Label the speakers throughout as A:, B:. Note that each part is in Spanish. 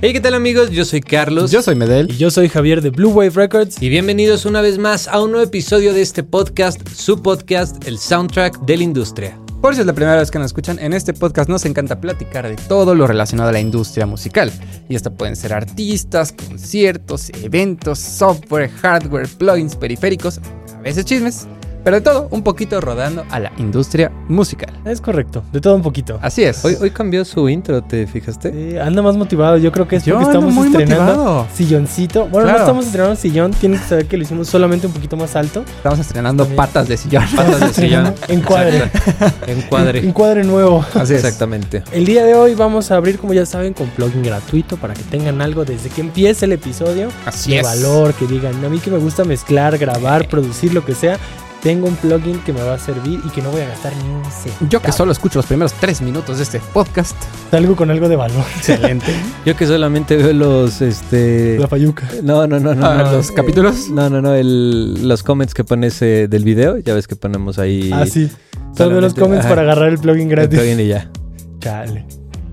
A: Hey, ¿qué tal amigos? Yo soy Carlos.
B: Yo soy Medel.
C: Y yo soy Javier de Blue Wave Records.
A: Y bienvenidos una vez más a un nuevo episodio de este podcast, su podcast, el soundtrack de la industria.
B: Por si es la primera vez que nos escuchan, en este podcast nos encanta platicar de todo lo relacionado a la industria musical. Y esto pueden ser artistas, conciertos, eventos, software, hardware, plugins, periféricos, a veces chismes, pero de todo un poquito rodando a la industria musical.
C: Es correcto, de todo un poquito.
B: Así es.
A: Hoy, hoy cambió su intro, ¿te fijaste?
C: Eh, anda más motivado, yo creo que es
B: Yo
C: porque
B: ando
C: estamos
B: muy
C: estrenando
B: motivado.
C: silloncito. Bueno,
B: Claro.
C: no estamos estrenando sillón, tienen que saber que lo hicimos solamente un poquito más alto.
B: Estamos estrenando
C: También.
B: patas de sillón.
A: Patas de sillón.
C: Encuadre.
A: Exacto. Encuadre.
C: Encuadre nuevo.
B: Así es.
A: Exactamente.
C: El día de hoy vamos a abrir, como ya saben, con plugin gratuito para que tengan algo desde que empiece el episodio.
B: Así
C: De
B: es.
C: valor, que digan, a mí que me gusta mezclar, grabar, producir, lo que sea. Tengo un plugin que me va a servir y que no voy a gastar ni un centavo.
B: Yo que solo escucho los primeros tres minutos de este podcast.
C: Salgo con algo de valor.
B: Excelente.
A: Yo que solamente veo los, este...
C: La payuca.
A: No, no, no, no.
B: Ah,
A: no,
B: ¿los
A: eh,
B: capítulos?
A: No, no, no. el- los comments que pones eh, del video, ya ves que ponemos ahí...
C: Ah, sí. Solo los
A: Solamente-
C: comments
A: ajá.
C: para agarrar el plugin
A: el
C: gratis.
A: plugin y ya.
C: Chale.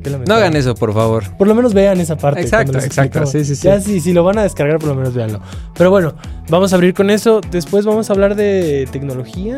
C: Qué lamentable.
A: No hagan eso, por favor.
C: Por lo menos vean esa parte.
B: Exacto,
C: cuando les
B: exacto,
C: explicamos.
B: sí, sí, sí.
C: Ya sí, si lo van a descargar, por lo menos véanlo. Pero bueno, vamos a abrir con eso. Después vamos a hablar de tecnología.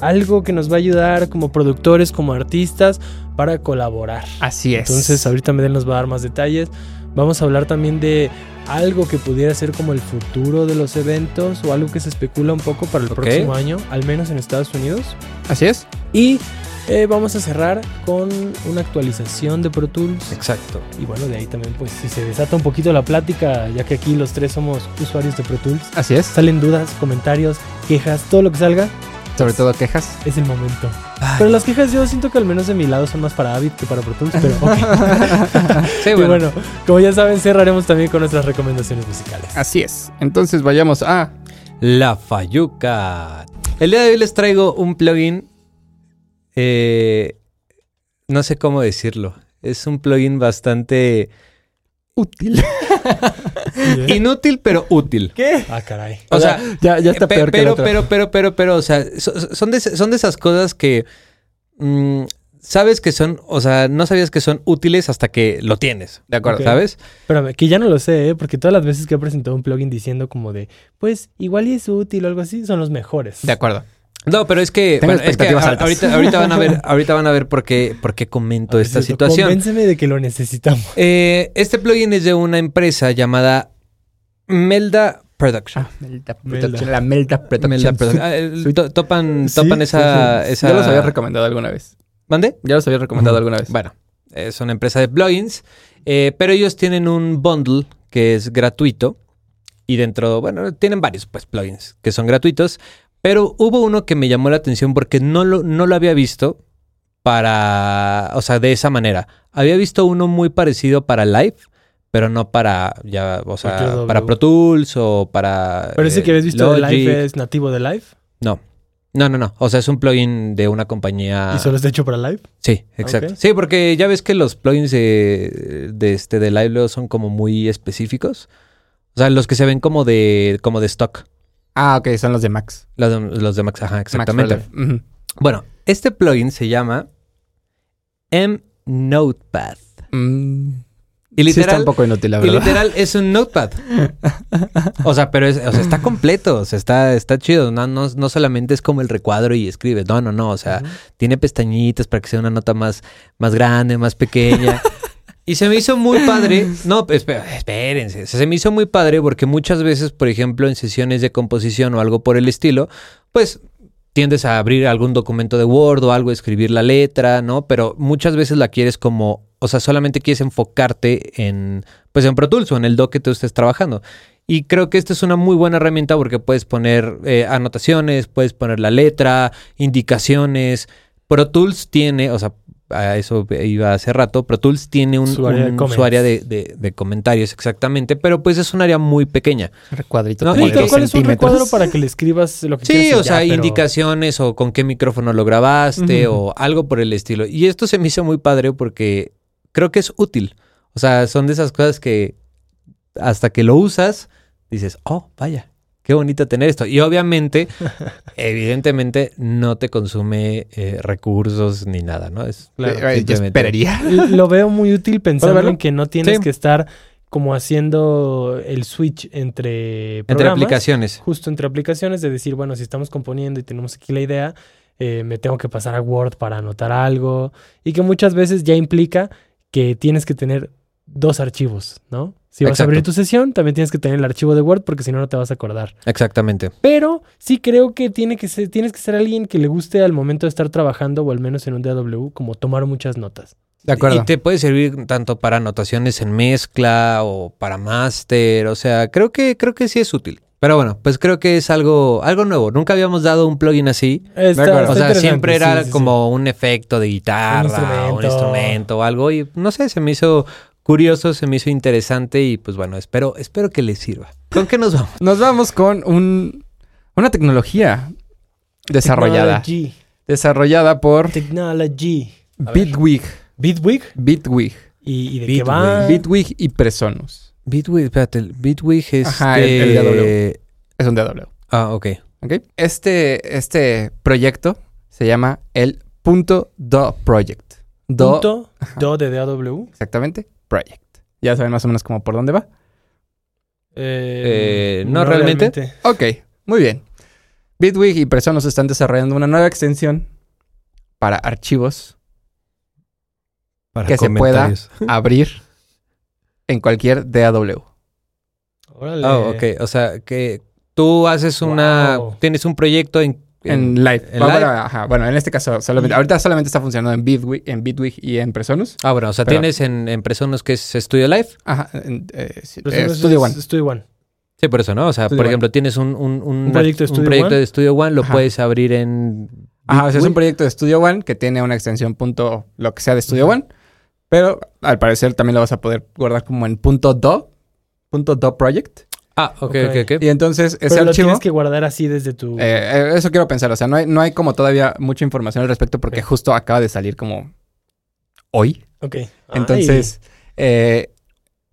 C: Algo que nos va a ayudar como productores, como artistas, para colaborar.
B: Así es.
C: Entonces, ahorita Medel nos va a dar más detalles. Vamos a hablar también de algo que pudiera ser como el futuro de los eventos o algo que se especula un poco para el
A: Ok.
C: próximo año, al menos en Estados Unidos.
B: Así es.
C: Y eh, vamos a cerrar con una actualización de Pro Tools.
A: Exacto.
C: Y bueno, de ahí también, pues, si se desata un poquito la plática, ya que aquí los tres somos usuarios de Pro Tools,
B: Así es.
C: salen dudas, comentarios, quejas, todo lo que salga
B: Sobre todo quejas.
C: es el momento. Pero las quejas yo siento que al menos de mi lado son más para Avid que para Pro Tools, pero ok.
A: Sí,
C: y
A: bueno.
C: bueno, como ya saben, cerraremos también con nuestras recomendaciones musicales.
B: Así es. Entonces vayamos a
A: La Fayuca. El día de hoy les traigo un plugin. eh, no sé cómo decirlo. Es un plugin bastante
B: útil.
A: inútil, pero útil.
B: ¿Qué?
C: Ah, caray.
A: O sea,
B: ya, ya está
A: pe-
B: peor que el
A: pero,
B: otro.
A: pero, pero, pero, pero, o sea, so- so- son de, ese- son de esas cosas que mm, sabes que son, o sea, no sabías que son útiles hasta que lo tienes.
B: De acuerdo.
C: Ok.
A: ¿Sabes?
C: Espérame, que ya no lo sé, ¿eh? porque todas las veces que he presentado un plugin diciendo como de, pues, igual y es útil o algo así, son los mejores.
B: De acuerdo.
A: No, pero es que,
B: Tengo
A: bueno, es que
B: expectativas
A: a-
B: altas.
A: ahorita, ahorita van a ver, ahorita van a ver por qué, por qué
C: A
A: comento
C: ver,
A: esta
C: Cito,
A: situación.
C: Convénceme de que lo necesitamos.
A: Eh, este plugin es de una empresa llamada Melda Production.
B: Melda
C: Production,
B: Ah, La Melda
A: Melda Production. Ah, el-
B: Sí.
A: to- topan
C: Sí,
A: topan esa, esa.
B: Ya los había recomendado alguna vez.
A: ¿Mande?
B: Ya los había recomendado
A: Ujú.
B: alguna
C: Pues,
B: vez.
A: Bueno, es una empresa de plugins, eh, pero ellos tienen un bundle que es gratuito y dentro, bueno, tienen varios pues plugins que son gratuitos, pero hubo uno que me llamó la atención porque no lo, no lo había visto para, o sea, de esa manera. Había visto uno muy parecido para Live, pero no para ya, o
C: Porque
A: sea,
C: W.
A: para Pro Tools o para
C: Pero ese
A: eh,
C: que habías visto de
A: Logic.
C: Live es nativo de Live
A: No. No, no, no. O sea, es un plugin de una compañía.
C: y solo está hecho para Live.
A: Sí, exacto.
C: Ok.
A: Sí, porque ya ves que los plugins de, de este de Live luego son como muy específicos. O sea, los que se ven como de como de stock.
B: Ah, ok, son los de Max.
A: Los de, los de Max, ajá, exactamente.
B: Max Relev. Ujú.
A: bueno, este plugin se llama M Notepad.
B: Mm.
A: Y
B: Sí, está
A: literal,
B: un poco inútil, la
A: y
B: verdad.
A: literal es un notepad. O sea, pero es, o sea, está completo, o sea, está, está chido. No, no, no solamente es como el recuadro y escribes. No, no, no. O sea, tiene pestañitas para que sea una nota más, más grande, más pequeña. y se me hizo muy padre. No, espe- espérense. Se me hizo muy padre porque muchas veces, por ejemplo, en sesiones de composición o algo por el estilo, pues tiendes a abrir algún documento de Word o algo, escribir la letra, ¿no? Pero muchas veces la quieres como, o sea, solamente quieres enfocarte en, pues en Pro Tools o en el doc que tú estés trabajando. Y creo que esta es una muy buena herramienta porque puedes poner eh, anotaciones, puedes poner la letra, indicaciones. Pro Tools tiene, o sea, a eso iba hace rato, Pro Tools tiene un,
C: Su área de
A: un-
C: comments.
A: su área de, de- de comentarios exactamente, pero pues es un área muy pequeña.
B: Recuadrito
A: No,
B: como
A: y
B: de
A: tal
B: dos
C: cuál es un
B: centímetros. Eh,
C: recuadro para que le escribas lo que
A: Sí,
C: quieras y
A: o
C: ya,
A: sea,
C: pero-
A: indicaciones o con qué micrófono lo grabaste
B: Ujú.
A: o algo por el estilo. Y esto se me hizo muy padre porque creo que es útil. O sea, son de esas cosas que hasta que lo usas, dices, oh, vaya, qué bonito tener esto. Y obviamente, evidentemente, no te consume eh, recursos ni nada, ¿no? Es
B: Eh, eh, yo
A: simplemente-
B: esperaría.
C: Lo veo muy útil pensando
B: verlo?
C: en que no tienes
A: Sí.
C: que estar como haciendo el switch entre
A: Entre
C: programas,
A: aplicaciones.
C: justo entre aplicaciones, de decir, bueno, si estamos componiendo y tenemos aquí la idea, eh, me tengo que pasar a Word para anotar algo, y que muchas veces ya implica que tienes que tener dos archivos, ¿no? Si vas a
A: Exacto.
C: abrir tu sesión, también tienes que tener el archivo de Word porque si no, no te vas a acordar.
A: Exactamente.
C: Pero sí creo que, tiene que ser, tienes que ser alguien que le guste al momento de estar trabajando o al menos en un DAW como tomar muchas notas.
B: De acuerdo.
A: Y te puede servir tanto para anotaciones en mezcla o para máster. O sea, creo que, creo que sí es útil. Pero bueno, pues creo que es algo, algo nuevo. Nunca habíamos dado un plugin así.
B: acuerdo.
C: Está- está
A: O sea,
C: interesante,
A: siempre
C: sí,
A: era
C: sí, sí.
A: como un efecto de guitarra,
C: Un
A: un
C: instrumento.
A: instrumento. o algo. Y no sé, se me hizo curioso, se me hizo interesante y pues bueno, espero, espero que les sirva. ¿Con qué nos vamos?
B: Nos vamos con un, una tecnología desarrollada.
C: Technology.
B: Desarrollada por
C: Technology. A ver.
B: Bitwig.
C: Bitwig.
B: Bitwig.
C: ¿Y, y de qué
A: Bitwig.
C: va?
B: Bitwig y Presonus.
A: Bitwig, espérate, el Bitwig es.
B: Ajá, el- el DAW. Es un DAW.
A: Ah, ok.
B: ¿ok? Este, este proyecto se llama el punto .do project. Do,
C: Punto do de DAW.
B: exactamente, project. Ya saben más o menos como por dónde va.
A: Eh, no realmente.
B: Ok, muy bien. Bitwig y Presonus están desarrollando una nueva extensión para archivos
A: Para
B: Que se pueda. abrir en cualquier DAW.
C: Órale.
A: Ah, ok. O sea, que tú haces una.
C: Wow.
A: Tienes un proyecto en.
B: En live.
A: en
B: Bueno,
A: live.
B: ajá, bueno, en este caso, solamente, ahorita solamente está funcionando en Bitwig, en Bitwig y en Presonus.
A: Ah, bueno, o sea,
B: Pero-
A: tienes en, en Presonus que es Studio Live.
B: Ajá, en, eh, sí,
C: Pero
B: eh,
C: eso es-
B: Studio One.
C: Studio One.
A: Sí, por eso, ¿no? O sea,
B: Studio
A: por
B: One.
A: ejemplo, tienes un, un, un-
C: Un proyecto de
A: un
C: Studio
A: proyecto
C: One.
A: de Studio One, lo
B: Ajá.
A: puá- puedes abrir en.
B: Ajá, o sea, es un
A: Bitwig.
B: proyecto de Studio One que tiene una extensión punto lo que sea de Studio One, pero al parecer también lo vas a poder guardar como en punto .do, punto .do project.
A: Ah, ok,
C: Ok.
A: ok, ok.
B: Y entonces ese
C: Pero lo
B: archivo,
C: tienes que guardar así desde tu...
B: eh, eh, eso quiero pensar, o sea, no hay, no hay como todavía mucha información al respecto porque
C: Ok.
B: justo acaba de salir como hoy.
C: ok.
B: Entonces, ah, eh,
C: Ay,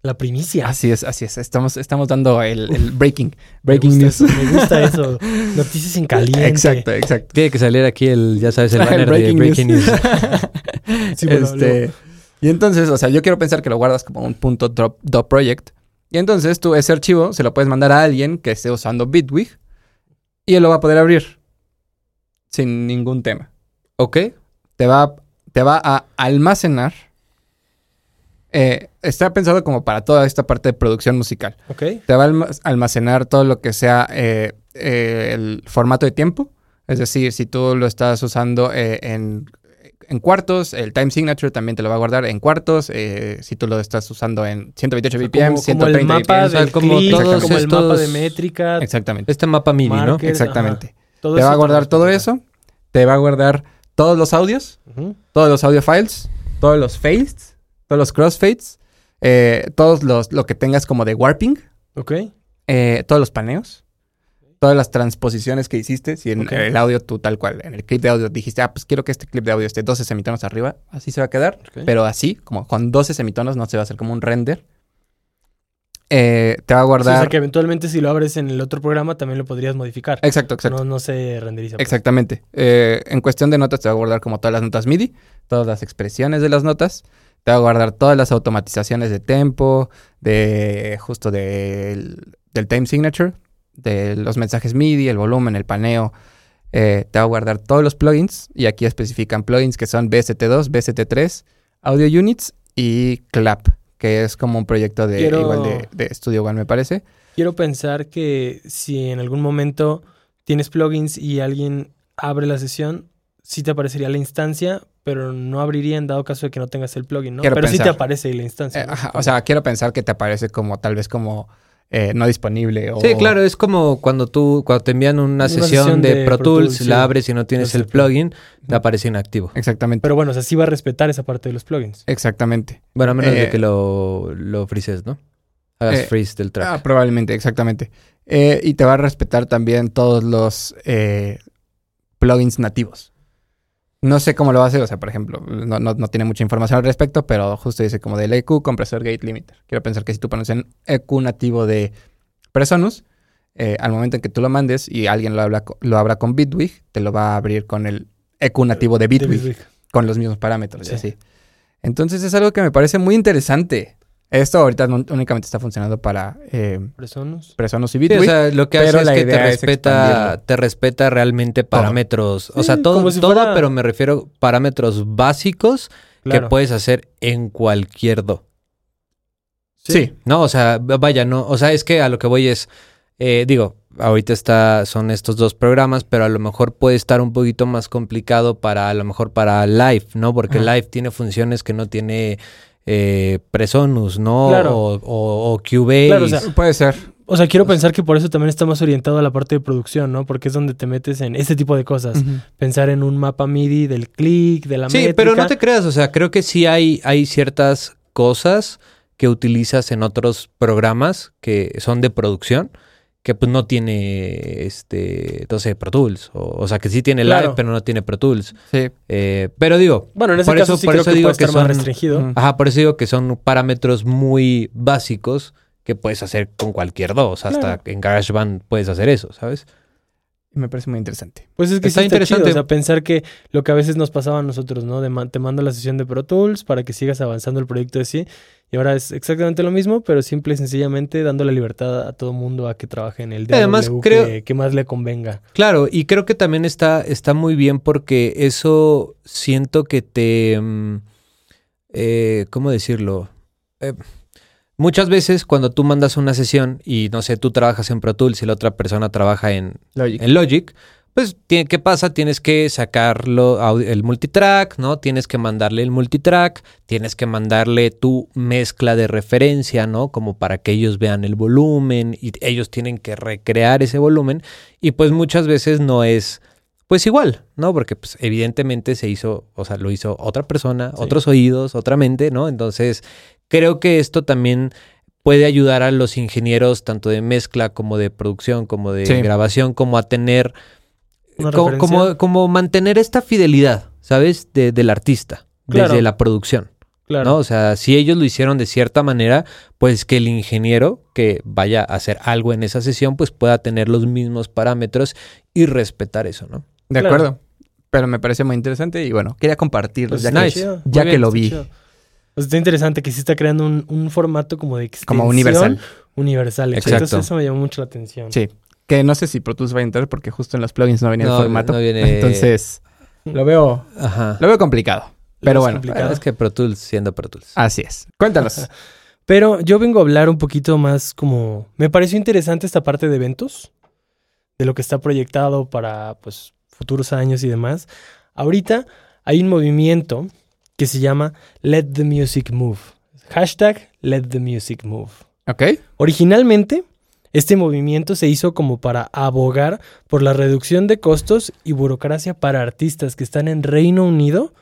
C: la primicia.
B: así es, así es, estamos, estamos dando el, el breaking,
C: Me
B: breaking
C: gusta
B: news.
C: eso, Me gusta eso. Noticias en caliente.
B: Exacto, exacto.
A: Tiene que salir aquí el, ya sabes, el
B: El
A: banner
B: breaking
A: de Breaking
B: news.
A: News.
C: Sí, bueno,
B: Este,
C: luego.
B: Y entonces, o sea, yo quiero pensar que lo guardas como un punto drop, dot project. Y entonces tú ese archivo se lo puedes mandar a alguien que esté usando Bitwig y él lo va a poder abrir sin ningún tema.
A: ok.
B: Te va, te va a almacenar. eh, está pensado como para toda esta parte de producción musical.
C: Ok.
B: Te va a alma- almacenar todo lo que sea eh, eh, el formato de tiempo. Es decir, si tú lo estás usando eh, en, en cuartos, el time signature también te lo va a guardar en cuartos. eh, si tú lo estás usando en 128
C: Como-
B: BPM,
C: como,
B: 130
C: el mapa
B: BPM.
A: o sea,
C: del
A: como
C: clic,
B: todos
C: como el mapa
A: estos-
C: de métrica.
B: Exactamente.
A: Este mapa mini,
C: Market.
A: ¿no?
B: Exactamente.
C: todo
B: Te va
C: eso
B: a guardar
C: lo
B: todo
C: puedes
B: eso. Te va a guardar todos los audios,
C: guardar. Ujú.
B: todos los audio files, todos los fades, todos los crossfades, eh, todos los lo que tengas como de warping.
C: Ok.
B: eh, todos los paneos, todas las transposiciones que hiciste. Si en
C: Ok.
B: el audio tú tal cual, en el clip de audio dijiste, ah, pues quiero que este clip de audio esté 12 semitonos arriba, así se va a quedar. Pero así, como con 12 semitonos, no se va a hacer como un render. Eh, te va a
C: Sí, o
B: guardar.
C: sea que eventualmente si lo abres en el otro programa también lo podrías modificar.
B: Exacto, exacto.
C: No, no se renderiza. pues.
B: Exactamente. Eh, en cuestión de notas, te va a guardar como todas las notas MIDI, todas las expresiones de las notas. Te va a guardar todas las automatizaciones de tempo, de justo del, del time signature, de los mensajes MIDI, el volumen, el paneo. Eh, te va a guardar todos los plugins. Y aquí especifican plugins que son BST2, BST3, Audio Units y Clap, que es como un proyecto de
C: Quiero-
B: igual de, de Studio One, me parece.
C: Quiero pensar que si en algún momento tienes plugins y alguien abre la sesión, sí te aparecería la instancia, pero no abriría en dado caso de que no tengas el plugin, ¿no?
B: Quiero
C: pero sí te
B: pensar.
C: aparece ahí la instancia.
B: Eh,
A: ah.
C: ¿no?
B: ajá, o sea, quiero pensar que te aparece como tal vez como eh, no disponible. O...
A: Sí, claro, es como cuando tú, cuando te envían una,
C: Una
A: sesión,
C: sesión
A: de, Pro Tools,
C: sí.
A: la abres y no tienes el
C: Entonces,
A: plugin, te aparece inactivo.
B: Exactamente.
C: Pero bueno, o sea, sí va a respetar esa parte de los
A: Eh,
C: plugins.
B: Exactamente.
A: Bueno, a menos
B: Eh,
A: de que lo, lo freezes, ¿no? Hagas
B: eh,
A: freeze del track.
B: Ah, probablemente, exactamente. Eh, y te va a respetar también todos los eh, plugins nativos. No sé cómo lo hace, o sea, por ejemplo, no, no- no tiene mucha información al respecto, pero justo dice como del E EQ, compresor gate limiter. Quiero pensar que si tú pones en EQ nativo de Presonus, eh, al momento en que tú lo mandes y alguien lo, habla, co- lo abra con Bitwig, te lo va a abrir con el EQ nativo de
C: David
B: Bitwig,
C: Wick.
B: con los mismos parámetros
C: Sí.
B: y así. Entonces es algo que me parece muy interesante. Esto ahorita no- únicamente está funcionando para eh,
C: Presonus.
B: Presonus y
A: Sí,
B: Bitwig.
A: o sea, lo que hace
B: pero
A: es
B: la
A: que te
B: idea es
A: respeta,
B: expandirlo.
A: te respeta realmente parámetros. O sea,
C: Sí,
A: todo,
C: como si
A: todo,
C: fuera-
A: pero me refiero a parámetros básicos que
C: Claro.
A: puedes hacer en cualquier do.
B: sí,
A: No, o sea, v- vaya, no. O sea, es que a lo que voy es, eh, digo, ahorita está, son estos dos programas, pero a lo mejor puede estar un poquito más complicado para, a lo mejor para Live, ¿no? Porque
B: Ajá.
A: Live tiene funciones que no tiene eh, Presonus, ¿no?
C: Claro.
A: O, o, o Cubase.
C: Claro, o sea,
B: puede ser.
C: O sea, quiero pensar que por eso también está más orientado a la parte de producción, ¿no? Porque es donde te metes en este tipo de cosas. Pensar en un mapa MIDI del clic, de la
A: Sí,
C: métrica.
A: pero no te creas, o sea, creo que sí hay, hay ciertas cosas que utilizas en otros programas que son de producción que pues no tiene este, entonces Pro Tools, o, o sea, que sí tiene Live,
C: Claro.
A: pero no tiene Pro Tools.
B: Sí.
A: Eh, pero digo,
C: Bueno, en ese
A: Por
C: caso
A: eso-
C: sí
A: por
C: creo
A: eso
C: que
A: digo
C: puede estar
A: que
C: más
A: son-
C: restringido.
B: Ujú.
A: ajá, por eso digo que son parámetros muy básicos que puedes hacer con cualquier dos, hasta
C: Claro.
A: en GarageBand puedes hacer eso, ¿sabes?
B: Me parece muy interesante.
C: Pues es que
A: Está
C: sí está
A: interesante.
C: chido, o sea, pensar que lo que a veces nos pasaba a nosotros, ¿no? De man- te mando la sesión de Pro Tools para que sigas avanzando el proyecto de sí. Y ahora es exactamente lo mismo, pero simple y sencillamente dando la libertad a todo mundo a que trabaje en el DAW
A: Además,
C: que-
A: creo-
C: que, más le convenga.
A: Claro, y creo que también está, está muy bien porque eso siento que te... mm, eh, ¿Cómo decirlo? Eh, muchas veces cuando tú mandas una sesión y, no sé, tú trabajas en Pro Tools y la otra persona trabaja en,
B: Logic.
A: en Logic, pues, tiene- ¿qué pasa? Tienes que sacarlo au- el multitrack, ¿no? Tienes que mandarle el multitrack, tienes que mandarle tu mezcla de referencia, ¿no? Como para que ellos vean el volumen y ellos tienen que recrear ese volumen y pues muchas veces no es pues igual, ¿no? Porque pues evidentemente se hizo, o sea, lo hizo otra persona,
C: Sí.
A: otros oídos, otra mente, ¿no? Entonces, creo que esto también puede ayudar a los ingenieros tanto de mezcla como de producción, como de
B: Sí.
A: grabación, como a tener
C: Una
A: como,
C: referencia.
A: como, como mantener esta fidelidad, ¿sabes? De- del artista,
C: Claro.
A: desde la producción,
C: Claro. Pues
A: ¿no? O sea, si ellos lo hicieron de cierta manera, pues que el ingeniero que vaya a hacer algo en esa sesión, pues pueda tener los mismos parámetros y respetar eso, ¿no?
B: De
C: Claro.
B: acuerdo. Pero me parece muy interesante y bueno, quería compartirlo
C: Pues
B: ya,
C: está
B: que,
A: nice.
C: chido.
B: ya
C: Muy
B: que
C: bien,
B: lo
C: está
B: vi
C: chido. O sea, está interesante que sí está creando un, un formato como de extensión.
B: como universal.
C: Universal,
A: Exacto.
C: exacto. Entonces eso me llamó mucho la atención.
B: Sí. Que no sé si Pro Tools va a entrar porque justo en los plugins no venía
A: No,
B: el formato.
A: no viene-
B: Entonces, lo veo,
A: Ajá. Ah,
B: lo veo complicado. Pero
C: es
B: bueno,
C: complicado.
A: Es que Pro Tools siendo Pro Tools.
C: Ah.
B: así es. Cuéntanos.
C: Pero yo vengo a hablar un poquito más como... Me pareció interesante esta parte de eventos, de lo que está proyectado para pues, futuros años y demás. Ahorita hay un movimiento que se llama Let the Music Move. Hashtag Let the Music Move.
B: ¿Ok?
C: Originalmente, este movimiento se hizo como para abogar por la reducción de costos y burocracia para artistas que están en Reino Unido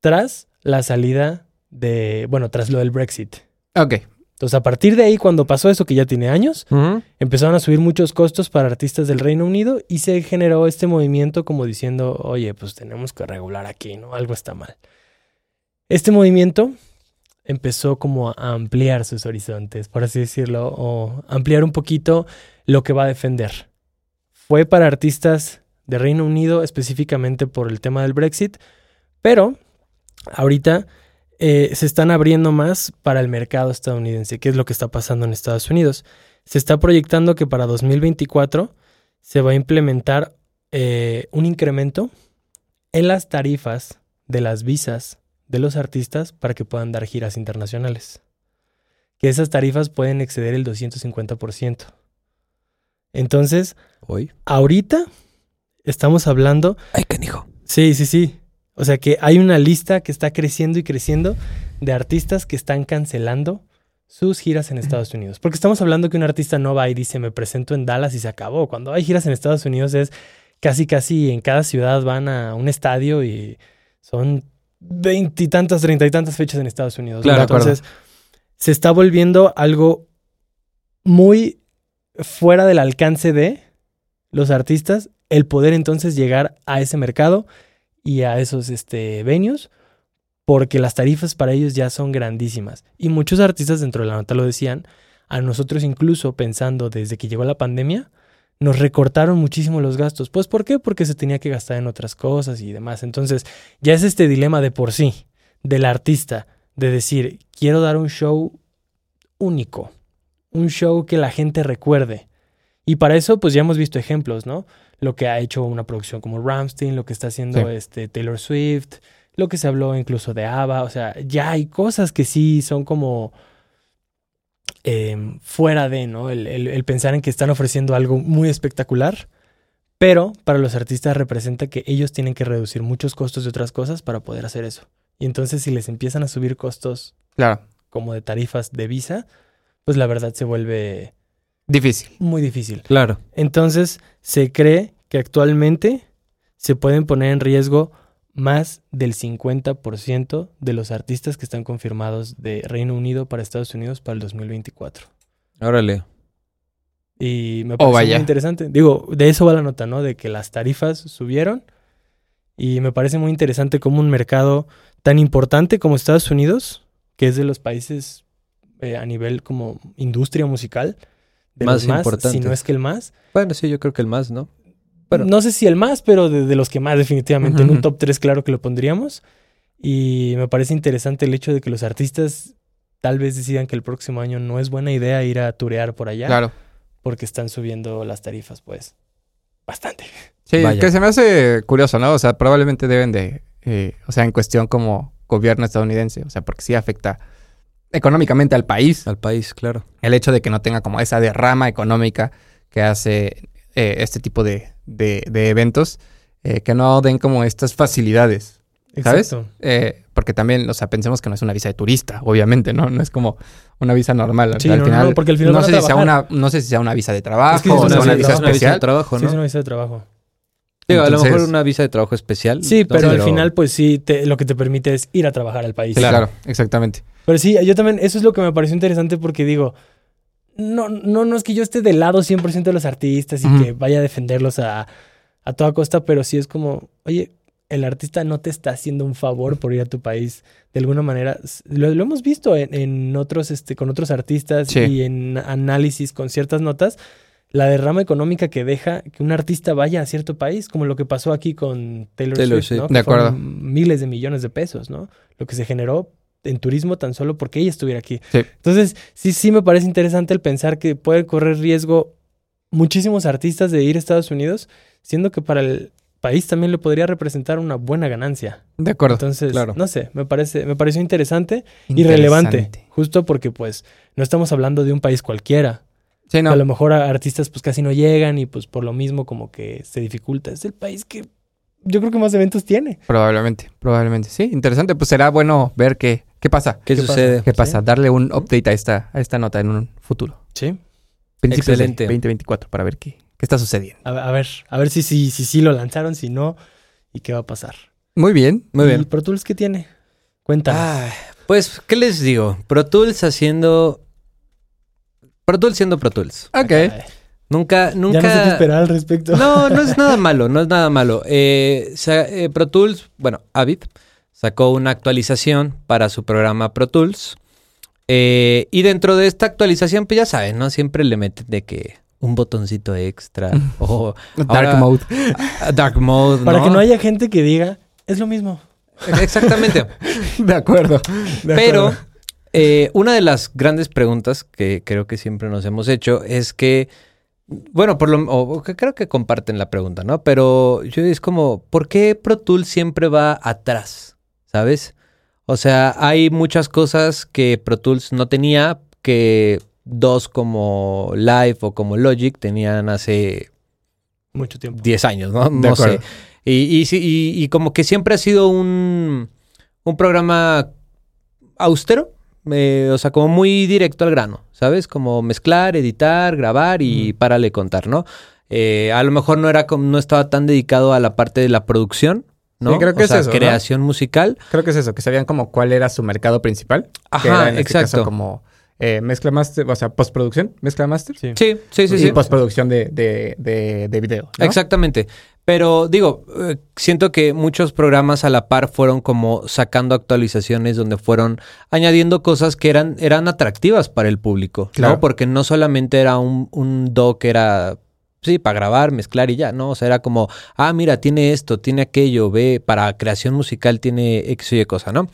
C: tras la salida de, bueno, tras lo del Brexit.
B: Ok.
C: Entonces, a partir de ahí, cuando pasó eso, que ya tiene años,
A: Ujú.
C: empezaron a subir muchos costos para artistas del Reino Unido y se generó este movimiento como diciendo, oye, pues tenemos que regular aquí, ¿no? Algo está mal. Este movimiento empezó como a ampliar sus horizontes, por así decirlo, o ampliar un poquito lo que va a defender. Fue para artistas de Reino Unido específicamente por el tema del Brexit, pero ahorita eh, se están abriendo más para el mercado estadounidense, que es lo que está pasando en Estados Unidos. Se está proyectando que para 2024 se va a implementar eh, un incremento en las tarifas de las visas de los artistas para que puedan dar giras internacionales. Que esas tarifas pueden exceder el 250%. Entonces,
A: Hoy.
C: ahorita estamos hablando
A: Ay, canijo.
C: Sí, sí, sí. O sea que hay una lista que está creciendo y creciendo de artistas que están cancelando sus giras en Estados Unidos. Porque estamos hablando que un artista no va y dice, me presento en Dallas y se acabó. Cuando hay giras en Estados Unidos es casi, casi en cada ciudad van a un estadio y son veintitantas, treinta y tantas fechas en Estados Unidos.
A: Claro, de acuerdo.
C: Entonces, se está volviendo algo muy fuera del alcance de los artistas el poder entonces llegar a ese mercado y a esos este, venues porque las tarifas para ellos ya son grandísimas. Y muchos artistas dentro de la nota lo decían, a nosotros incluso pensando desde que llegó la pandemia, nos recortaron muchísimo los gastos. Pues ¿por qué? Porque se tenía que gastar en otras cosas y demás. Entonces ya es este dilema de por sí, del artista, de decir, quiero dar un show único, un show que la gente recuerde. Y para eso, pues ya hemos visto ejemplos, ¿no? Lo que ha hecho una producción como Ramstein, lo que está haciendo
B: Sí.
C: este Taylor Swift, lo que se habló incluso de ABBA. O sea, ya hay cosas que sí son como eh, fuera de, ¿no? El, el- el pensar en que están ofreciendo algo muy espectacular, pero para los artistas representa que ellos tienen que reducir muchos costos de otras cosas para poder hacer eso. Y entonces, si les empiezan a subir costos
B: Claro,
C: como de tarifas de visa, pues la verdad se vuelve
B: difícil.
C: muy difícil.
A: Claro.
C: Entonces, se cree que actualmente se pueden poner en riesgo más del 50% de los artistas que están confirmados de Reino Unido para Estados Unidos para el 2024.
A: Órale.
C: Y me
B: Oh,
C: parece
B: vaya.
C: muy interesante. Digo, de eso va la nota, ¿no? De que las tarifas subieron. Y me parece muy interesante cómo un mercado tan importante como Estados Unidos, que es de los países eh, a nivel como industria musical, de
A: Más
C: los más, si
A: importantes.
C: no es que el más,
A: Bueno, sí, yo creo que el más, ¿no? Pero-
C: no sé si el más, pero de, de los que más definitivamente. En
B: Ujú.
C: un top 3 claro que lo pondríamos. Y me parece interesante el hecho de que los artistas tal vez decidan que el próximo año no es buena idea ir a turear por allá.
B: Claro.
C: Porque están subiendo las tarifas, pues, bastante.
B: Sí,
A: Vaya.
B: que se me hace curioso, ¿no? O sea, probablemente deben de, eh, o sea, en cuestión como gobierno estadounidense, o sea, porque sí afecta económicamente al país
A: Al país, claro.
B: el hecho de que no tenga como esa derrama económica que hace eh, este tipo de, de- de eventos, eh, que no den como estas facilidades, ¿Sabes?
C: Exacto.
B: eh, porque también, o sea, pensemos que no es una visa de turista, obviamente, ¿no? No es como una visa normal.
C: Sí,
B: al
C: no, no,
B: final,
C: no, porque al final
B: no
C: van a
B: sé si sea una,
C: trabajar.
B: no sé si sea una visa de trabajo
C: Es que sí,
B: o
C: es
B: sea,
C: una
B: una,
C: visa de
B: visa
C: trabajo.
A: una visa de
B: especial.
A: trabajo,
C: Sí,
A: ¿no?
C: es una visa de trabajo.
A: Digo, a lo
B: Entonces-
A: mejor una visa de trabajo especial.
C: Sí, pero
A: entonces-
C: al final, pues sí, te- lo que te permite es ir a trabajar al país.
B: Sí, claro, exactamente.
C: Pero sí, yo también, eso es lo que me pareció interesante porque digo, no, no, no es que yo esté del lado 100% de los artistas y
B: Ujú.
C: que vaya a defenderlos a, a toda costa, pero sí es como, oye, el artista no te está haciendo un favor por ir a tu país. De alguna manera, s- lo, lo hemos visto en, en otros, este, con otros artistas
B: Sí.
C: y en análisis con ciertas notas, la derrama económica que deja que un artista vaya a cierto país, como lo que pasó aquí con Taylor,
A: Taylor
C: Swift,
A: Swift.
C: ¿no? Que
B: De acuerdo.
C: fueron Miles de millones de pesos, ¿no? Lo que se generó en turismo tan solo porque ella estuviera aquí.
B: Sí.
C: Entonces, sí, sí me parece interesante el pensar que puede correr riesgo muchísimos artistas de ir a Estados Unidos, siendo que para el país también le podría representar una buena ganancia.
B: De acuerdo.
C: Entonces,
A: claro.
C: no sé, me parece, me pareció interesante y relevante,
B: Interesante.
C: justo porque pues no estamos hablando de un país cualquiera.
B: Sí, no.
C: A lo mejor a- artistas pues casi no llegan y pues por lo mismo como que se dificulta. Es el país que yo creo que más eventos tiene.
B: Probablemente, probablemente. Sí, interesante. Pues será bueno ver qué, qué pasa.
A: ¿Qué,
C: ¿Qué pasa?
A: sucede?
B: ¿Qué pasa? Darle un update a esta, a esta nota en un futuro.
C: Sí.
B: Principios de
A: Excelente.
B: 2024 para ver qué, qué está sucediendo.
C: A, a ver, a ver si sí si, sí lo lanzaron, si no, y qué va a pasar.
B: Muy bien.
A: Muy
C: ¿Y
A: bien.
C: Pro Tools qué tiene? Cuéntame.
A: Ah, pues, ¿qué les digo? Pro Tools haciendo. Pro Tools siendo Pro Tools.
B: Ok.
A: Nunca, nunca.
C: Ya no sé qué esperar al respecto.
A: No, no es nada malo, no es nada malo. Eh, sa- eh, Pro Tools, bueno, Avid sacó una actualización para su programa Pro Tools. Eh, y dentro de esta actualización, pues ya saben, ¿no? Siempre le meten de que un botoncito extra o
B: Dark
A: Ahora-
B: Mode.
A: a- Dark Mode.
C: Para que no haya gente que diga, es lo mismo.
A: Exactamente.
B: De acuerdo.
C: De
A: Pero
C: acuerdo.
A: eh, una de las grandes preguntas que creo que siempre nos hemos hecho es que, bueno, por lo o que creo que comparten la pregunta, ¿no? Pero yo es como, ¿por qué Pro Tools siempre va atrás? ¿Sabes? O sea, hay muchas cosas que Pro Tools no tenía que dos como Live o como Logic tenían hace
C: Mucho tiempo.
A: 10 años, ¿no?
B: De
A: No
B: acuerdo.
A: sé. Y, y sí- y- y como que siempre ha sido un, un programa austero, eh, o sea, como muy directo al grano, ¿sabes? Como mezclar, editar, grabar y párale de contar, ¿no? Eh, a lo mejor no era como- no estaba tan dedicado a la parte de la producción, ¿no?
B: Sí, creo que
A: o
B: es
A: sea,
B: eso, ¿no?
A: creación musical.
B: Creo que es eso, que sabían como cuál era su mercado principal. que
A: Ajá,
B: era en este
A: exacto.
B: caso como eh, mezcla master, o sea, postproducción, mezcla master.
C: Sí.
A: Sí, sí, sí,
B: y
A: sí.
B: postproducción de, de, de, de video. ¿no?
A: Exactamente. Pero digo, eh, siento que muchos programas a la par fueron como sacando actualizaciones donde fueron añadiendo cosas que eran, eran atractivas para el público,
B: Claro.
A: ¿no? Porque no solamente era un, un doc, era, sí, para grabar, mezclar y ya, ¿no? O sea, era como, ah, mira, tiene esto, tiene aquello, ve, para creación musical tiene X y Y cosa, ¿no?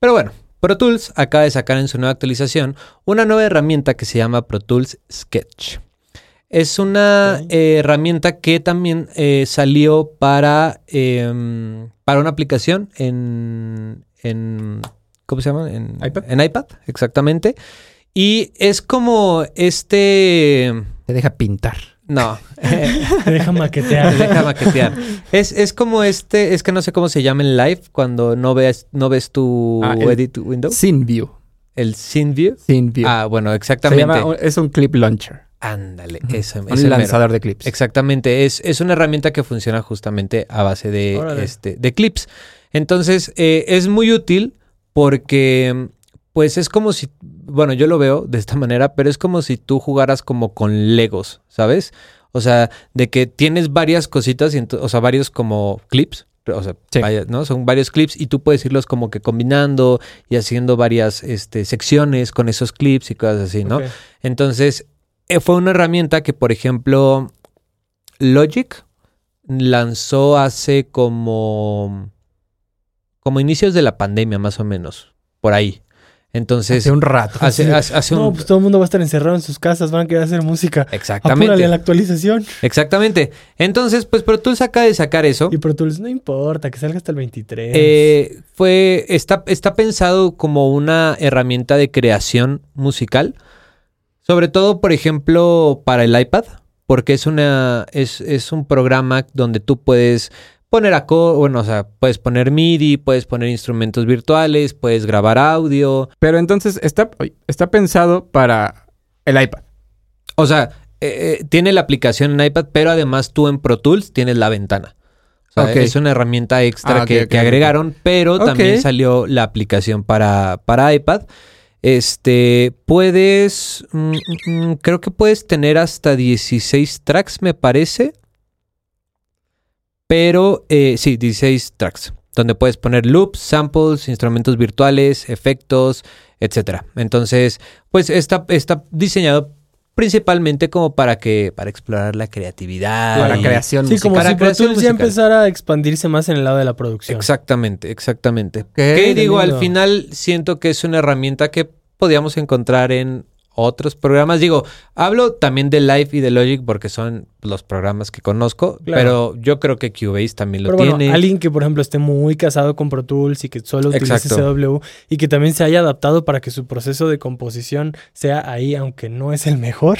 A: Pero bueno, Pro Tools acaba de sacar en su nueva actualización una nueva herramienta que se llama Pro Tools Sketch. Es una
C: Ok.
A: eh, herramienta que también eh, salió para, em, para una aplicación en, en- ¿Cómo se llama? En
B: iPad.
A: En iPad, exactamente. Y es como este...
B: Te deja pintar.
A: No,
C: Te deja maquetear. ¿eh?
A: te deja maquetear. Es, es como este, es que no sé cómo se llama en live cuando no ves, no ves tu
B: Ah, el-
A: edit window,
B: Sin view.
A: el scene view.
B: Sin view.
A: Ah, bueno,
B: Se
A: exactamente.
B: llama, es un clip launcher.
A: Ándale, eso,
B: Un lanzador de clips.
A: Exactamente, es, es una herramienta que funciona justamente a base de,
C: Órale.
A: este, de clips. Entonces, eh, es muy útil porque, pues es como si, bueno, yo lo veo de esta manera, pero es como si tú jugaras como con Legos, ¿sabes? O sea, de que tienes varias cositas, y ento- o sea, varios como clips. O sea,
B: Sí.
A: vaya, ¿no? Son varios clips y tú puedes irlos como que combinando y haciendo varias este, secciones con esos clips y cosas así, ¿no?
C: Ok.
A: Entonces, eh, fue una herramienta que, por ejemplo, Logic lanzó hace como. como inicios de la pandemia, más o menos. Por ahí. Entonces,
B: Hace un rato.
A: hace, hace- hace un.
C: No, pues todo el mundo va a estar encerrado en sus casas, van a querer hacer música. Apúrale a la
A: Exactamente.
C: actualización.
A: Exactamente. Entonces, pues Pro Tools acaba de sacar eso.
C: Y Pro Tools, no importa, que salga hasta el 23.
A: Eh, fue, está, está pensado como una herramienta de creación musical, sobre todo, por ejemplo, para el iPad, porque es, una, es, es un programa donde tú puedes poner acordes, bueno, o sea, puedes poner MIDI, puedes poner instrumentos virtuales, puedes grabar audio,
B: Pero entonces está, oye, está pensado para el iPad.
A: o sea, eh, eh, tiene la aplicación en iPad, pero además tú en Pro Tools tienes la ventana. O sea,
B: Ok.
A: Es una herramienta extra
B: Ah,
A: que,
B: ok, ok,
A: que
B: ok.
A: agregaron, pero
B: Ok.
A: también salió la aplicación para, para iPad. Este, puedes, mm, mm, mm, creo que puedes tener hasta 16 tracks, me parece. Pero, eh, sí, 16 tracks, donde puedes poner loops, samples, instrumentos virtuales, efectos, etcétera. Entonces, pues está, está diseñado principalmente como para que, para explorar la creatividad.
B: Para
A: y-
B: creación
C: sí,
B: musical.
C: como
A: para
C: si Pro
A: creación
C: Tools ya
A: musical.
C: empezara a expandirse más en el lado de la producción.
A: Exactamente, exactamente.
B: qué
A: que digo,
C: lindo.
A: al final siento que es una herramienta que podíamos encontrar en otros programas. Digo, hablo también de Live y de Logic porque son los programas que conozco,
C: Claro.
A: pero yo creo que Cubase también lo
C: Pero bueno,
A: tiene.
C: alguien que, por ejemplo, esté muy casado con Pro Tools y que solo utilice
A: Exacto.
C: CW y que también se haya adaptado para que su proceso de composición sea ahí, aunque no es el mejor,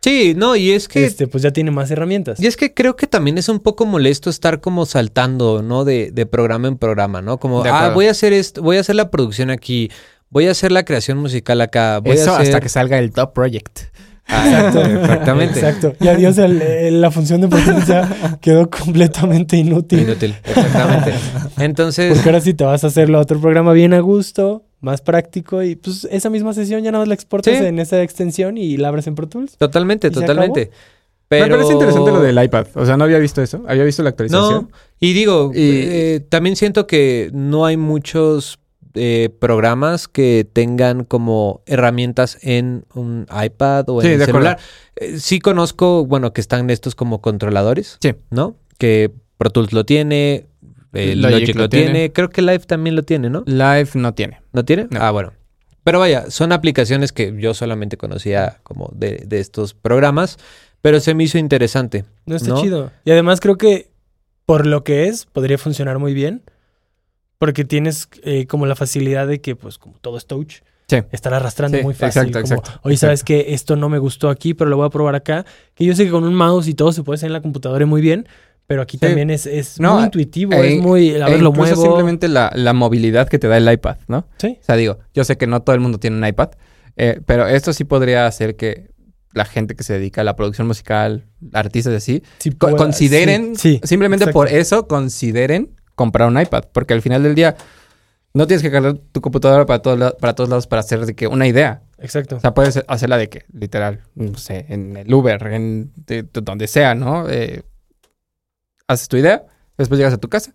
A: Sí, no, y es que
C: este, pues ya tiene más herramientas.
A: Y es que creo que también es un poco molesto estar como saltando, ¿no? De, de programa en programa, ¿no? Como,
B: De
A: ah,
B: acuerdo.
A: voy a hacer esto, voy a hacer la producción aquí, voy a hacer la creación musical acá, voy
B: Eso
A: a hacer...
B: hasta que salga el Top Project.
A: Exacto, exactamente.
C: Exacto. Y adiós, el- el- la función de Pro Tools ya quedó completamente inútil.
A: Inútil, exactamente. Entonces,
C: Porque ahora sí te vas a hacerlo a otro programa bien a gusto, más práctico y pues esa misma sesión ya nada más la exportas
A: Sí.
C: en esa extensión y la abres en Pro Tools.
A: totalmente,
C: ¿Y se
A: totalmente.
B: Me
A: Pero...
B: parece interesante lo del iPad. O sea, no había visto eso. Había visto la actualización.
A: No, y digo,
B: Y-
A: eh, también siento que no hay muchos eh, programas que tengan como herramientas en un iPad o en
B: Sí,
A: el
B: de acuerdo.
A: celular. Eh, sí conozco, bueno, que están estos como controladores,
B: Sí.
A: ¿no? Que Pro Tools lo tiene, eh,
B: Logic
A: Logic,
B: lo
A: lo,
B: tiene.
A: tiene. creo que Live también lo tiene, ¿no?
B: Live no tiene.
A: ¿No tiene?
B: No.
A: Ah, bueno. Pero vaya, son aplicaciones que yo solamente conocía como de, de estos programas, pero se me hizo interesante.
C: No está
A: ¿No?
C: chido. Y además creo que por lo que es, podría funcionar muy bien. Porque tienes eh, como la facilidad de que, pues, como todo es touch,
B: Sí.
C: estar arrastrando
B: Sí,
C: muy fácil.
B: exacto,
C: como,
B: exacto,
C: Oye, ¿sabes que Esto no me gustó aquí, pero lo voy a probar acá. Que yo sé que con un mouse y todo se puede hacer en la computadora y muy bien, pero aquí
B: Sí.
C: también es, es
B: No,
C: muy intuitivo,
B: e-
C: es muy... A
B: E
C: ver, lo
B: incluso
C: muevo.
B: simplemente la, la movilidad que te da el iPad, ¿no?
C: Sí.
B: O sea, digo, yo sé que no todo el mundo tiene un iPad, eh, pero esto sí podría hacer que la gente que se dedica a la producción musical, artistas y así,
C: sí
B: co-
C: pueda-
B: consideren,
C: Sí, sí.
B: simplemente
C: exacto.
B: por eso, consideren comprar un iPad, porque al final del día no tienes que cargar tu computadora para, todos la- para todos lados para hacer de que una idea.
C: exacto.
B: O sea, puedes hacerla de que, literal, no sé, en el Uber, en de- de donde sea, ¿no? Eh, haces tu idea, después llegas a tu casa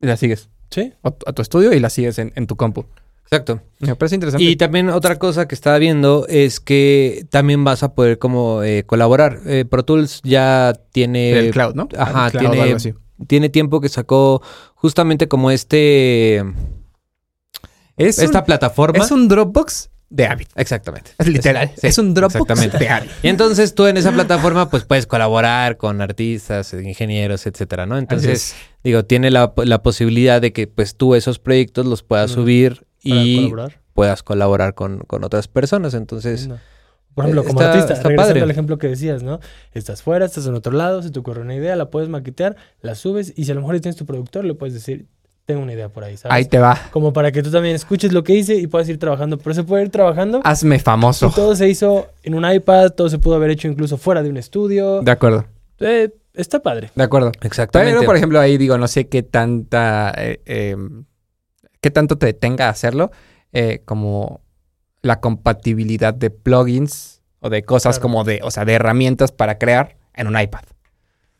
B: y la sigues.
C: Sí.
B: O a tu estudio y la sigues en, en tu compu.
A: Exacto.
B: Me parece interesante.
A: Y también otra cosa que estaba viendo es que también vas a poder como eh, colaborar. Eh, Pro Tools ya tiene...
B: el cloud, ¿no?
A: ajá,
B: El cloud o
A: tiene-
B: algo así.
A: tiene tiempo que sacó justamente como este
B: Es,
A: esta
B: un,
A: plataforma.
B: es un Dropbox de Avid.
A: Exactamente.
B: Es literal.
A: sí,
B: es un Dropbox
A: exactamente.
B: de Avid.
A: Y entonces tú en esa plataforma pues puedes colaborar con artistas, ingenieros, etcétera, ¿no? Entonces,
B: Así es.
A: digo, tiene la, la posibilidad de que pues tú esos proyectos los puedas
C: Ujú.
A: subir
C: Para
A: y
C: colaborar.
A: puedas colaborar con, con otras personas. Entonces, eh,
C: No. Por ejemplo, como
A: está-
C: artista,
A: está
C: regresando
A: padre.
C: al ejemplo que decías, ¿no? Estás fuera, estás en otro lado, se te ocurre una idea, la puedes maquetear, la subes y si a lo mejor tienes tu productor, le puedes decir, tengo una idea por ahí, ¿sabes?
B: ahí te va.
C: Como para que tú también escuches lo que hice y puedas ir trabajando. Pero se puede ir trabajando
A: Ah,
B: Hazme
C: y
B: famoso.
C: todo se hizo en un iPad, todo se pudo haber hecho incluso fuera de un estudio.
B: De acuerdo,
C: Eh, está padre.
B: de acuerdo.
A: exactamente.
B: Pero, por ejemplo, ahí digo, no sé qué tanta. eh, eh, qué tanto te detenga a hacerlo. eh, como la compatibilidad de plugins o de cosas
C: Claro.
B: como de. O sea, de herramientas para crear en un iPad.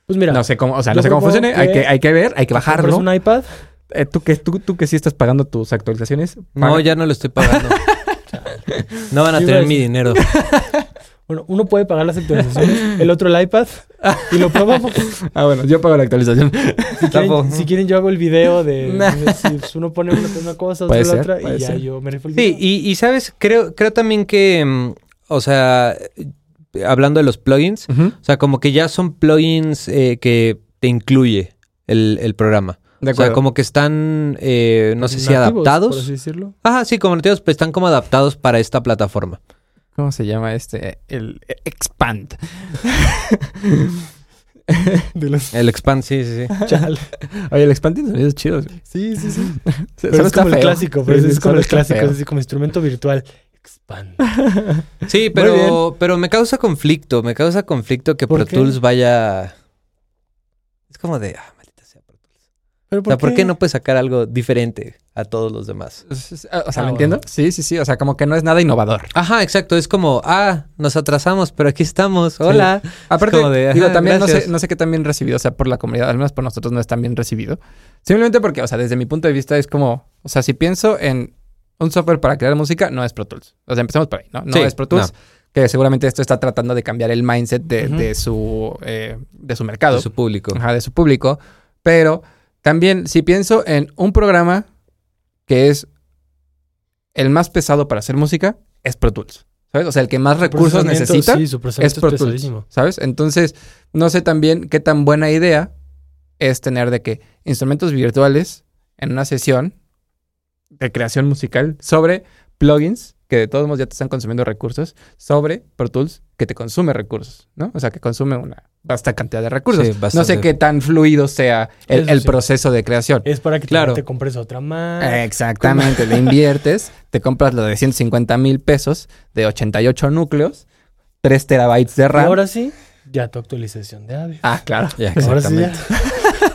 C: Pues mira,
B: No sé cómo, o sea,
C: yo
B: no sé cómo
C: propongo
B: funciona. Hay,
C: que
B: que, hay que ver, hay que
C: compras
B: bajarlo.
C: un iPad,
B: Eh, ¿tú, que, tú, tú que sí estás pagando tus actualizaciones.
A: no,
B: paga.
A: ya no lo estoy pagando. no van a
C: Sí,
A: tener
C: iba a
A: mi
C: decir.
A: dinero.
C: bueno, uno puede pagar las actualizaciones, el otro el iPad y lo probamos.
B: Ah, bueno, yo pago la actualización.
C: Si
A: Tampoco.
C: quieren, si quieren, yo hago el video de.
B: Nah.
C: de- si pues, uno pone una, una cosa, otro
B: Puede
C: la
B: ser,
C: otra,
B: puede
C: y ya
B: ser.
C: yo me rifo el
A: Sí,
C: video.
A: y, y, sabes, creo, creo también que, mm, o sea, eh, hablando de los plugins,
B: Ujú,
A: o sea, como que ya son plugins eh, que te incluye el, el programa.
B: De
A: O sea,
B: acuerdo.
A: como que están, eh, no sé si
C: Nativos, Por
A: adaptados.
C: así decirlo.
A: Ajá, sí, como nativos, pues están como adaptados para esta plataforma.
B: ¿Cómo se llama este? El eh, Expand.
C: De los.
A: El expand, sí, sí, sí.
C: Chale.
B: Oye, el Expand tiene sonidos chidos. güey.
C: Sí, sí, sí.
B: Se-
C: Pero
B: solo
C: es
B: está
C: como el
B: feo.
C: clásico, pues,
B: Sí, sí,
C: es como
B: solo
C: el
B: está
C: clásico,
B: feo.
C: es así como instrumento virtual. Expand.
A: Sí,
B: bien.
A: pero, pero me causa conflicto, me causa conflicto que
C: ¿Por
A: Pro
C: qué?
A: Tools vaya... Es como de, ah, maldita sea Pro Tools.
C: ¿Pero
A: O sea, ¿por qué no puedes sacar algo diferente a todos los demás?
B: O sea,
C: Ah,
B: ¿me entiendo?
C: bueno.
B: Sí, sí, sí. O sea, como que no es nada innovador.
A: Ajá, exacto. Es como, ah, nos atrasamos, pero aquí estamos. Hola.
B: Aparte,
A: como de,
B: digo,
A: ajá,
B: también no sé,
A: gracias.
B: no sé qué tan bien recibido, o sea, por la comunidad, al menos por nosotros no es tan bien recibido. Simplemente porque, o sea, desde mi punto de vista es como, o sea, si pienso en un software para crear música, no es Pro Tools. O sea, empecemos por ahí, ¿no? No
A: Sí,
B: es Pro Tools. Que seguramente esto está tratando de cambiar el mindset de, de su, eh, de su mercado,
A: De su público.
B: ajá, de su público. Pero también, si pienso en un programa que es el más pesado para hacer música, es Pro Tools. ¿Sabes? O sea, el que más recursos
C: Procesamiento,
B: necesita
C: Sí, su
B: es
C: procesamiento es,
B: Pro Tools,
C: pesadísimo.
B: ¿sabes? Entonces, no sé también qué tan buena idea es tener de que instrumentos virtuales en una sesión de creación musical sobre plugins que de todos modos ya te están consumiendo recursos, sobre Pro Tools que te consume recursos, ¿no? O sea, que consume una vasta cantidad de recursos.
A: Sí,
B: no sé
A: bastante.
B: qué tan fluido sea el,
C: Eso
B: el
C: sí. Eh,
B: proceso de creación.
C: Es para que
A: Claro. Eh,
C: te compres otra más.
B: Exactamente, le inviertes, te compras lo de 150 mil pesos de 88 núcleos, 3 terabytes de
C: Y
B: RAM.
C: ahora sí, ya tu actualización de Avi.
B: Ah, claro.
A: Ya,
C: Ahora sí,
A: exactamente.
C: ya.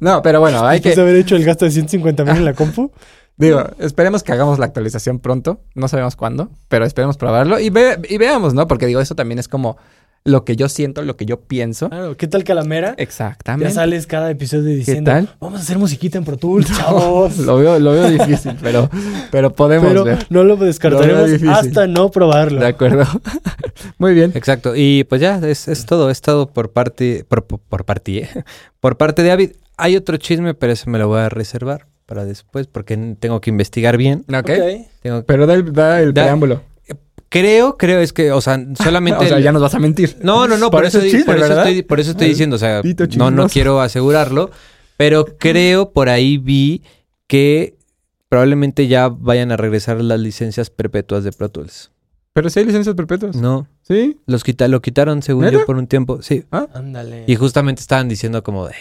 B: No, pero bueno, hay
C: Después
B: que...
C: de haber hecho el gasto de 150 mil en la compu.
B: Digo, esperemos que hagamos la actualización pronto. No sabemos cuándo, pero esperemos probarlo y, ve- y veamos, ¿no? Porque digo, eso también es como lo que yo siento, lo que yo pienso.
C: Claro, ¿qué tal Calamera? Ya
B: Exactamente.
C: sales cada episodio diciendo,
B: tal?
C: vamos a hacer musiquita en Pro Tools, chavos.
B: Lo veo, lo veo difícil, pero, pero podemos
C: Pero
B: ver.
C: no lo descartaremos
B: difícil.
C: hasta no probarlo.
B: De acuerdo. Muy bien.
A: Exacto. Y pues ya, es, es todo. Es todo por parte, por, por- por parte, ¿eh? por parte de Avid. Hay otro chisme, pero ese me lo voy a reservar para después porque tengo que investigar bien.
B: Ok.
C: Ok.
A: Tengo-
B: Pero da el, da el
A: Da-
B: preámbulo.
A: Creo, creo, es que, o sea, solamente...
B: O sea,
A: el-
B: ya nos vas a mentir.
A: No, no, no,
B: Por
A: por,
B: eso
A: eso,
B: es
A: di-
B: chisme,
A: por, eso
B: ¿verdad? Ah,
A: estoy, por eso estoy diciendo, o sea,
B: Pito
A: no, no
B: chismoso.
A: quiero asegurarlo, pero creo por ahí vi que probablemente ya vayan a regresar las licencias perpetuas de Pro Tools.
B: Pero si hay licencias perpetuas.
A: No,
B: Pues Sí.
A: los quita, lo quitaron según
B: ¿Neta?
A: yo por un tiempo, sí.
C: Ándale.
A: Y justamente estaban diciendo como, "Ey,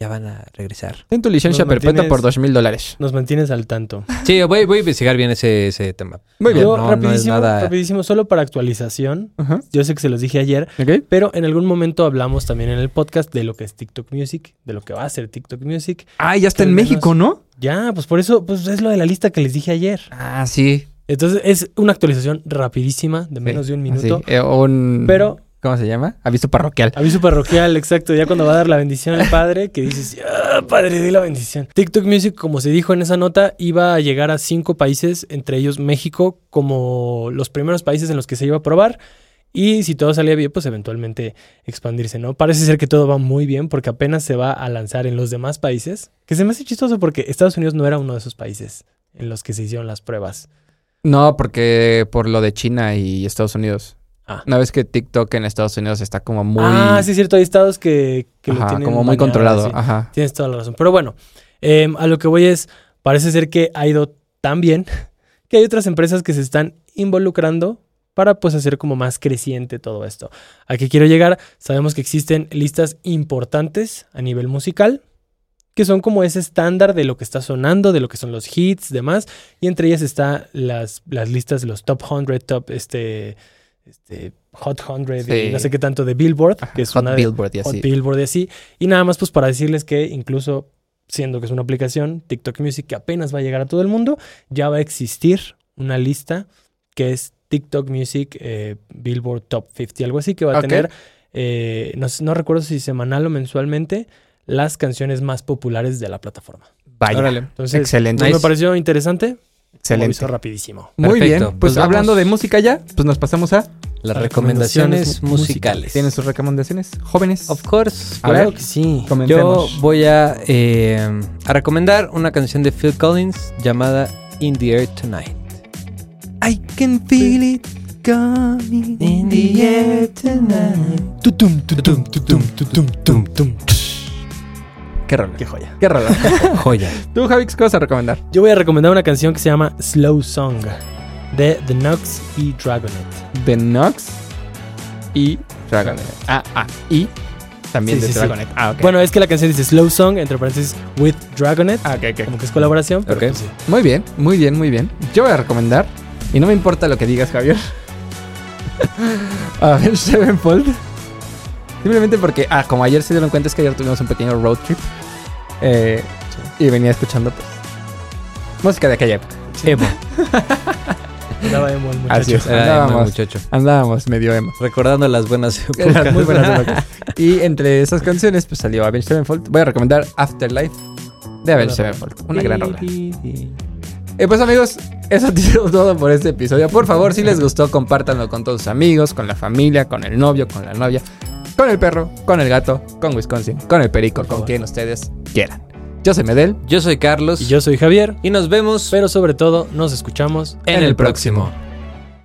A: ya van a regresar.
B: Ten tu licencia
C: Nos
B: perpetua
C: mantienes-
B: por dos mil dólares.
C: Nos mantienes al tanto.
A: Sí, voy, voy a investigar bien ese, ese tema.
B: Muy bien.
A: No,
C: Yo,
A: no, no es
C: rapidísimo,
A: nada...
C: rapidísimo, solo para actualización.
B: Ajá.
C: Yo sé que se los dije ayer,
B: Ok.
C: pero en algún momento hablamos también en el podcast de lo que es TikTok Music, de lo que va a ser TikTok Music.
B: Ah, ya está
C: Al
B: en
C: menos-
B: México, ¿no?
C: Ya, pues por eso, pues es lo de la lista que les dije ayer.
B: Ah, sí.
C: Entonces es una actualización rapidísma, de menos de un
B: Así,
C: minuto.
B: Ah, eh, un-
C: Pero
B: ¿Cómo se llama? Aviso parroquial.
C: Aviso parroquial, exacto. Ya cuando va a dar la bendición al padre, que dices, "Ah, padre, di la bendición. TikTok Music, como se dijo en esa nota, iba a llegar a cinco países, entre ellos México, como los primeros países en los que se iba a probar. Y si todo salía bien, pues eventualmente expandirse, ¿no? Parece ser que todo va muy bien porque apenas se va a lanzar en los demás países. Que se me hace chistoso porque Estados Unidos no era uno de esos países en los que se hicieron las pruebas.
B: No, porque por lo de China y Estados Unidos.
C: Ah.
B: Una vez que TikTok en Estados Unidos está como muy.
C: Ah, sí, es cierto. Hay estados que, que lo
B: ajá,
C: tienen
B: como muy
C: baneado,
B: controlado.
C: sí.
B: Ajá.
C: Tienes toda la razón. Pero bueno, eh, a lo que voy es, parece ser que ha ido tan bien que hay otras empresas que se están involucrando para pues hacer como más creciente todo esto. ¿A qué quiero llegar? Sabemos que existen listas importantes a nivel musical que son como ese estándar de lo que está sonando, de lo que son los hits, demás, y entre ellas está las, las listas de los top 100, top este, este hot 100 y
B: Sí.
C: no sé qué tanto de Billboard, que es
B: Hot
C: una de,
B: Billboard y
C: Hot
B: así.
C: Billboard y así. Y nada más, pues para decirles que incluso siendo que es una aplicación, TikTok Music, que apenas va a llegar a todo el mundo, ya va a existir una lista que es TikTok Music eh, Billboard Top 50, algo así, que va a
B: Ok.
C: tener, eh, no, sé- no recuerdo si semanal o mensualmente, las canciones más populares de la plataforma.
B: Vaya.
A: Órale.
C: Entonces,
B: excelente.
C: Me pareció interesante. Como
B: excelente.
C: aviso rapidísimo.
B: Muy
A: Perfecto,
B: bien. Pues
A: pues vamos.
B: hablando de música ya, pues nos pasamos a.
A: Las
C: recomendaciones
A: recomendaciones
C: mu-
A: musicales.
B: ¿Tienen sus recomendaciones? Jóvenes.
A: Of course.
B: A
A: claro
B: ver,
A: que sí. Yo
B: comencemos.
A: voy a, eh, a recomendar una canción de Phil Collins llamada In the Air Tonight.
B: I can feel it coming
A: In the air tonight.
C: Tutum, tutum, tutum, tutum, tutum, tutum.
B: Qué raro.
C: Qué joya.
B: Qué raro.
A: Joya.
B: Tú, Javix, ¿qué vas a recomendar?
C: Yo voy a recomendar una canción que se llama Slow Song de The Knox y Dragonet.
B: The Nox y Dragonet. Ah, ah, y también
C: Sí,
B: de
C: sí, sí.
B: Dragonet. Ah, ok.
C: Bueno, es que la canción dice Slow Song, entre paréntesis, with Dragonet.
B: Ah, ok, ok.
C: Como que es colaboración, pero
A: Ok.
C: pues sí.
B: Muy bien, muy bien, muy bien. Yo voy a recomendar, y no me importa lo que digas, Javier. a ver, Sevenfold. Simplemente porque, ah, como ayer se dieron cuenta, es que ayer tuvimos un pequeño road trip. eh, Y venía escuchando, pues, música de aquella época. Emo.
C: Andaba emo el muchacho.
B: Así es.
A: Era Emma,
B: Andábamos,
A: muchacho.
B: andábamos medio emo.
A: Recordando las buenas
B: Eran
A: épocas.
B: muy buenas épocas. Y entre esas canciones, pues salió Avenged Sevenfold. Voy a recomendar Afterlife de Avenged
C: Buena rola.
B: Sevenfold. Una gran rola. Eh, pues amigos, eso ha sido todo por este episodio. Por favor, si les gustó, compártanlo con todos sus amigos, con la familia, con el novio, con la novia, con el perro, con el gato, con Wisconsin, con el perico, con
C: favor.
B: quien ustedes quieran. Yo soy Medel.
A: Yo soy Carlos.
C: Y yo soy Javier,
A: Y nos vemos
C: pero sobre todo nos escuchamos
A: en el próximo.